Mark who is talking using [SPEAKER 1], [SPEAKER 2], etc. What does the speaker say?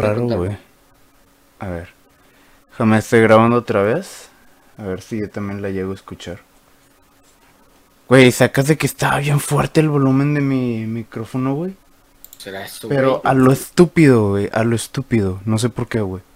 [SPEAKER 1] raro, güey. A ver. Déjame estoy grabando otra vez. A ver si yo también la llego a escuchar. Güey, sacas de que estaba bien fuerte el volumen de mi micrófono, güey.
[SPEAKER 2] ¿Será esto,
[SPEAKER 1] Pero
[SPEAKER 2] güey?
[SPEAKER 1] a lo estúpido, güey. A lo estúpido. No sé por qué, güey.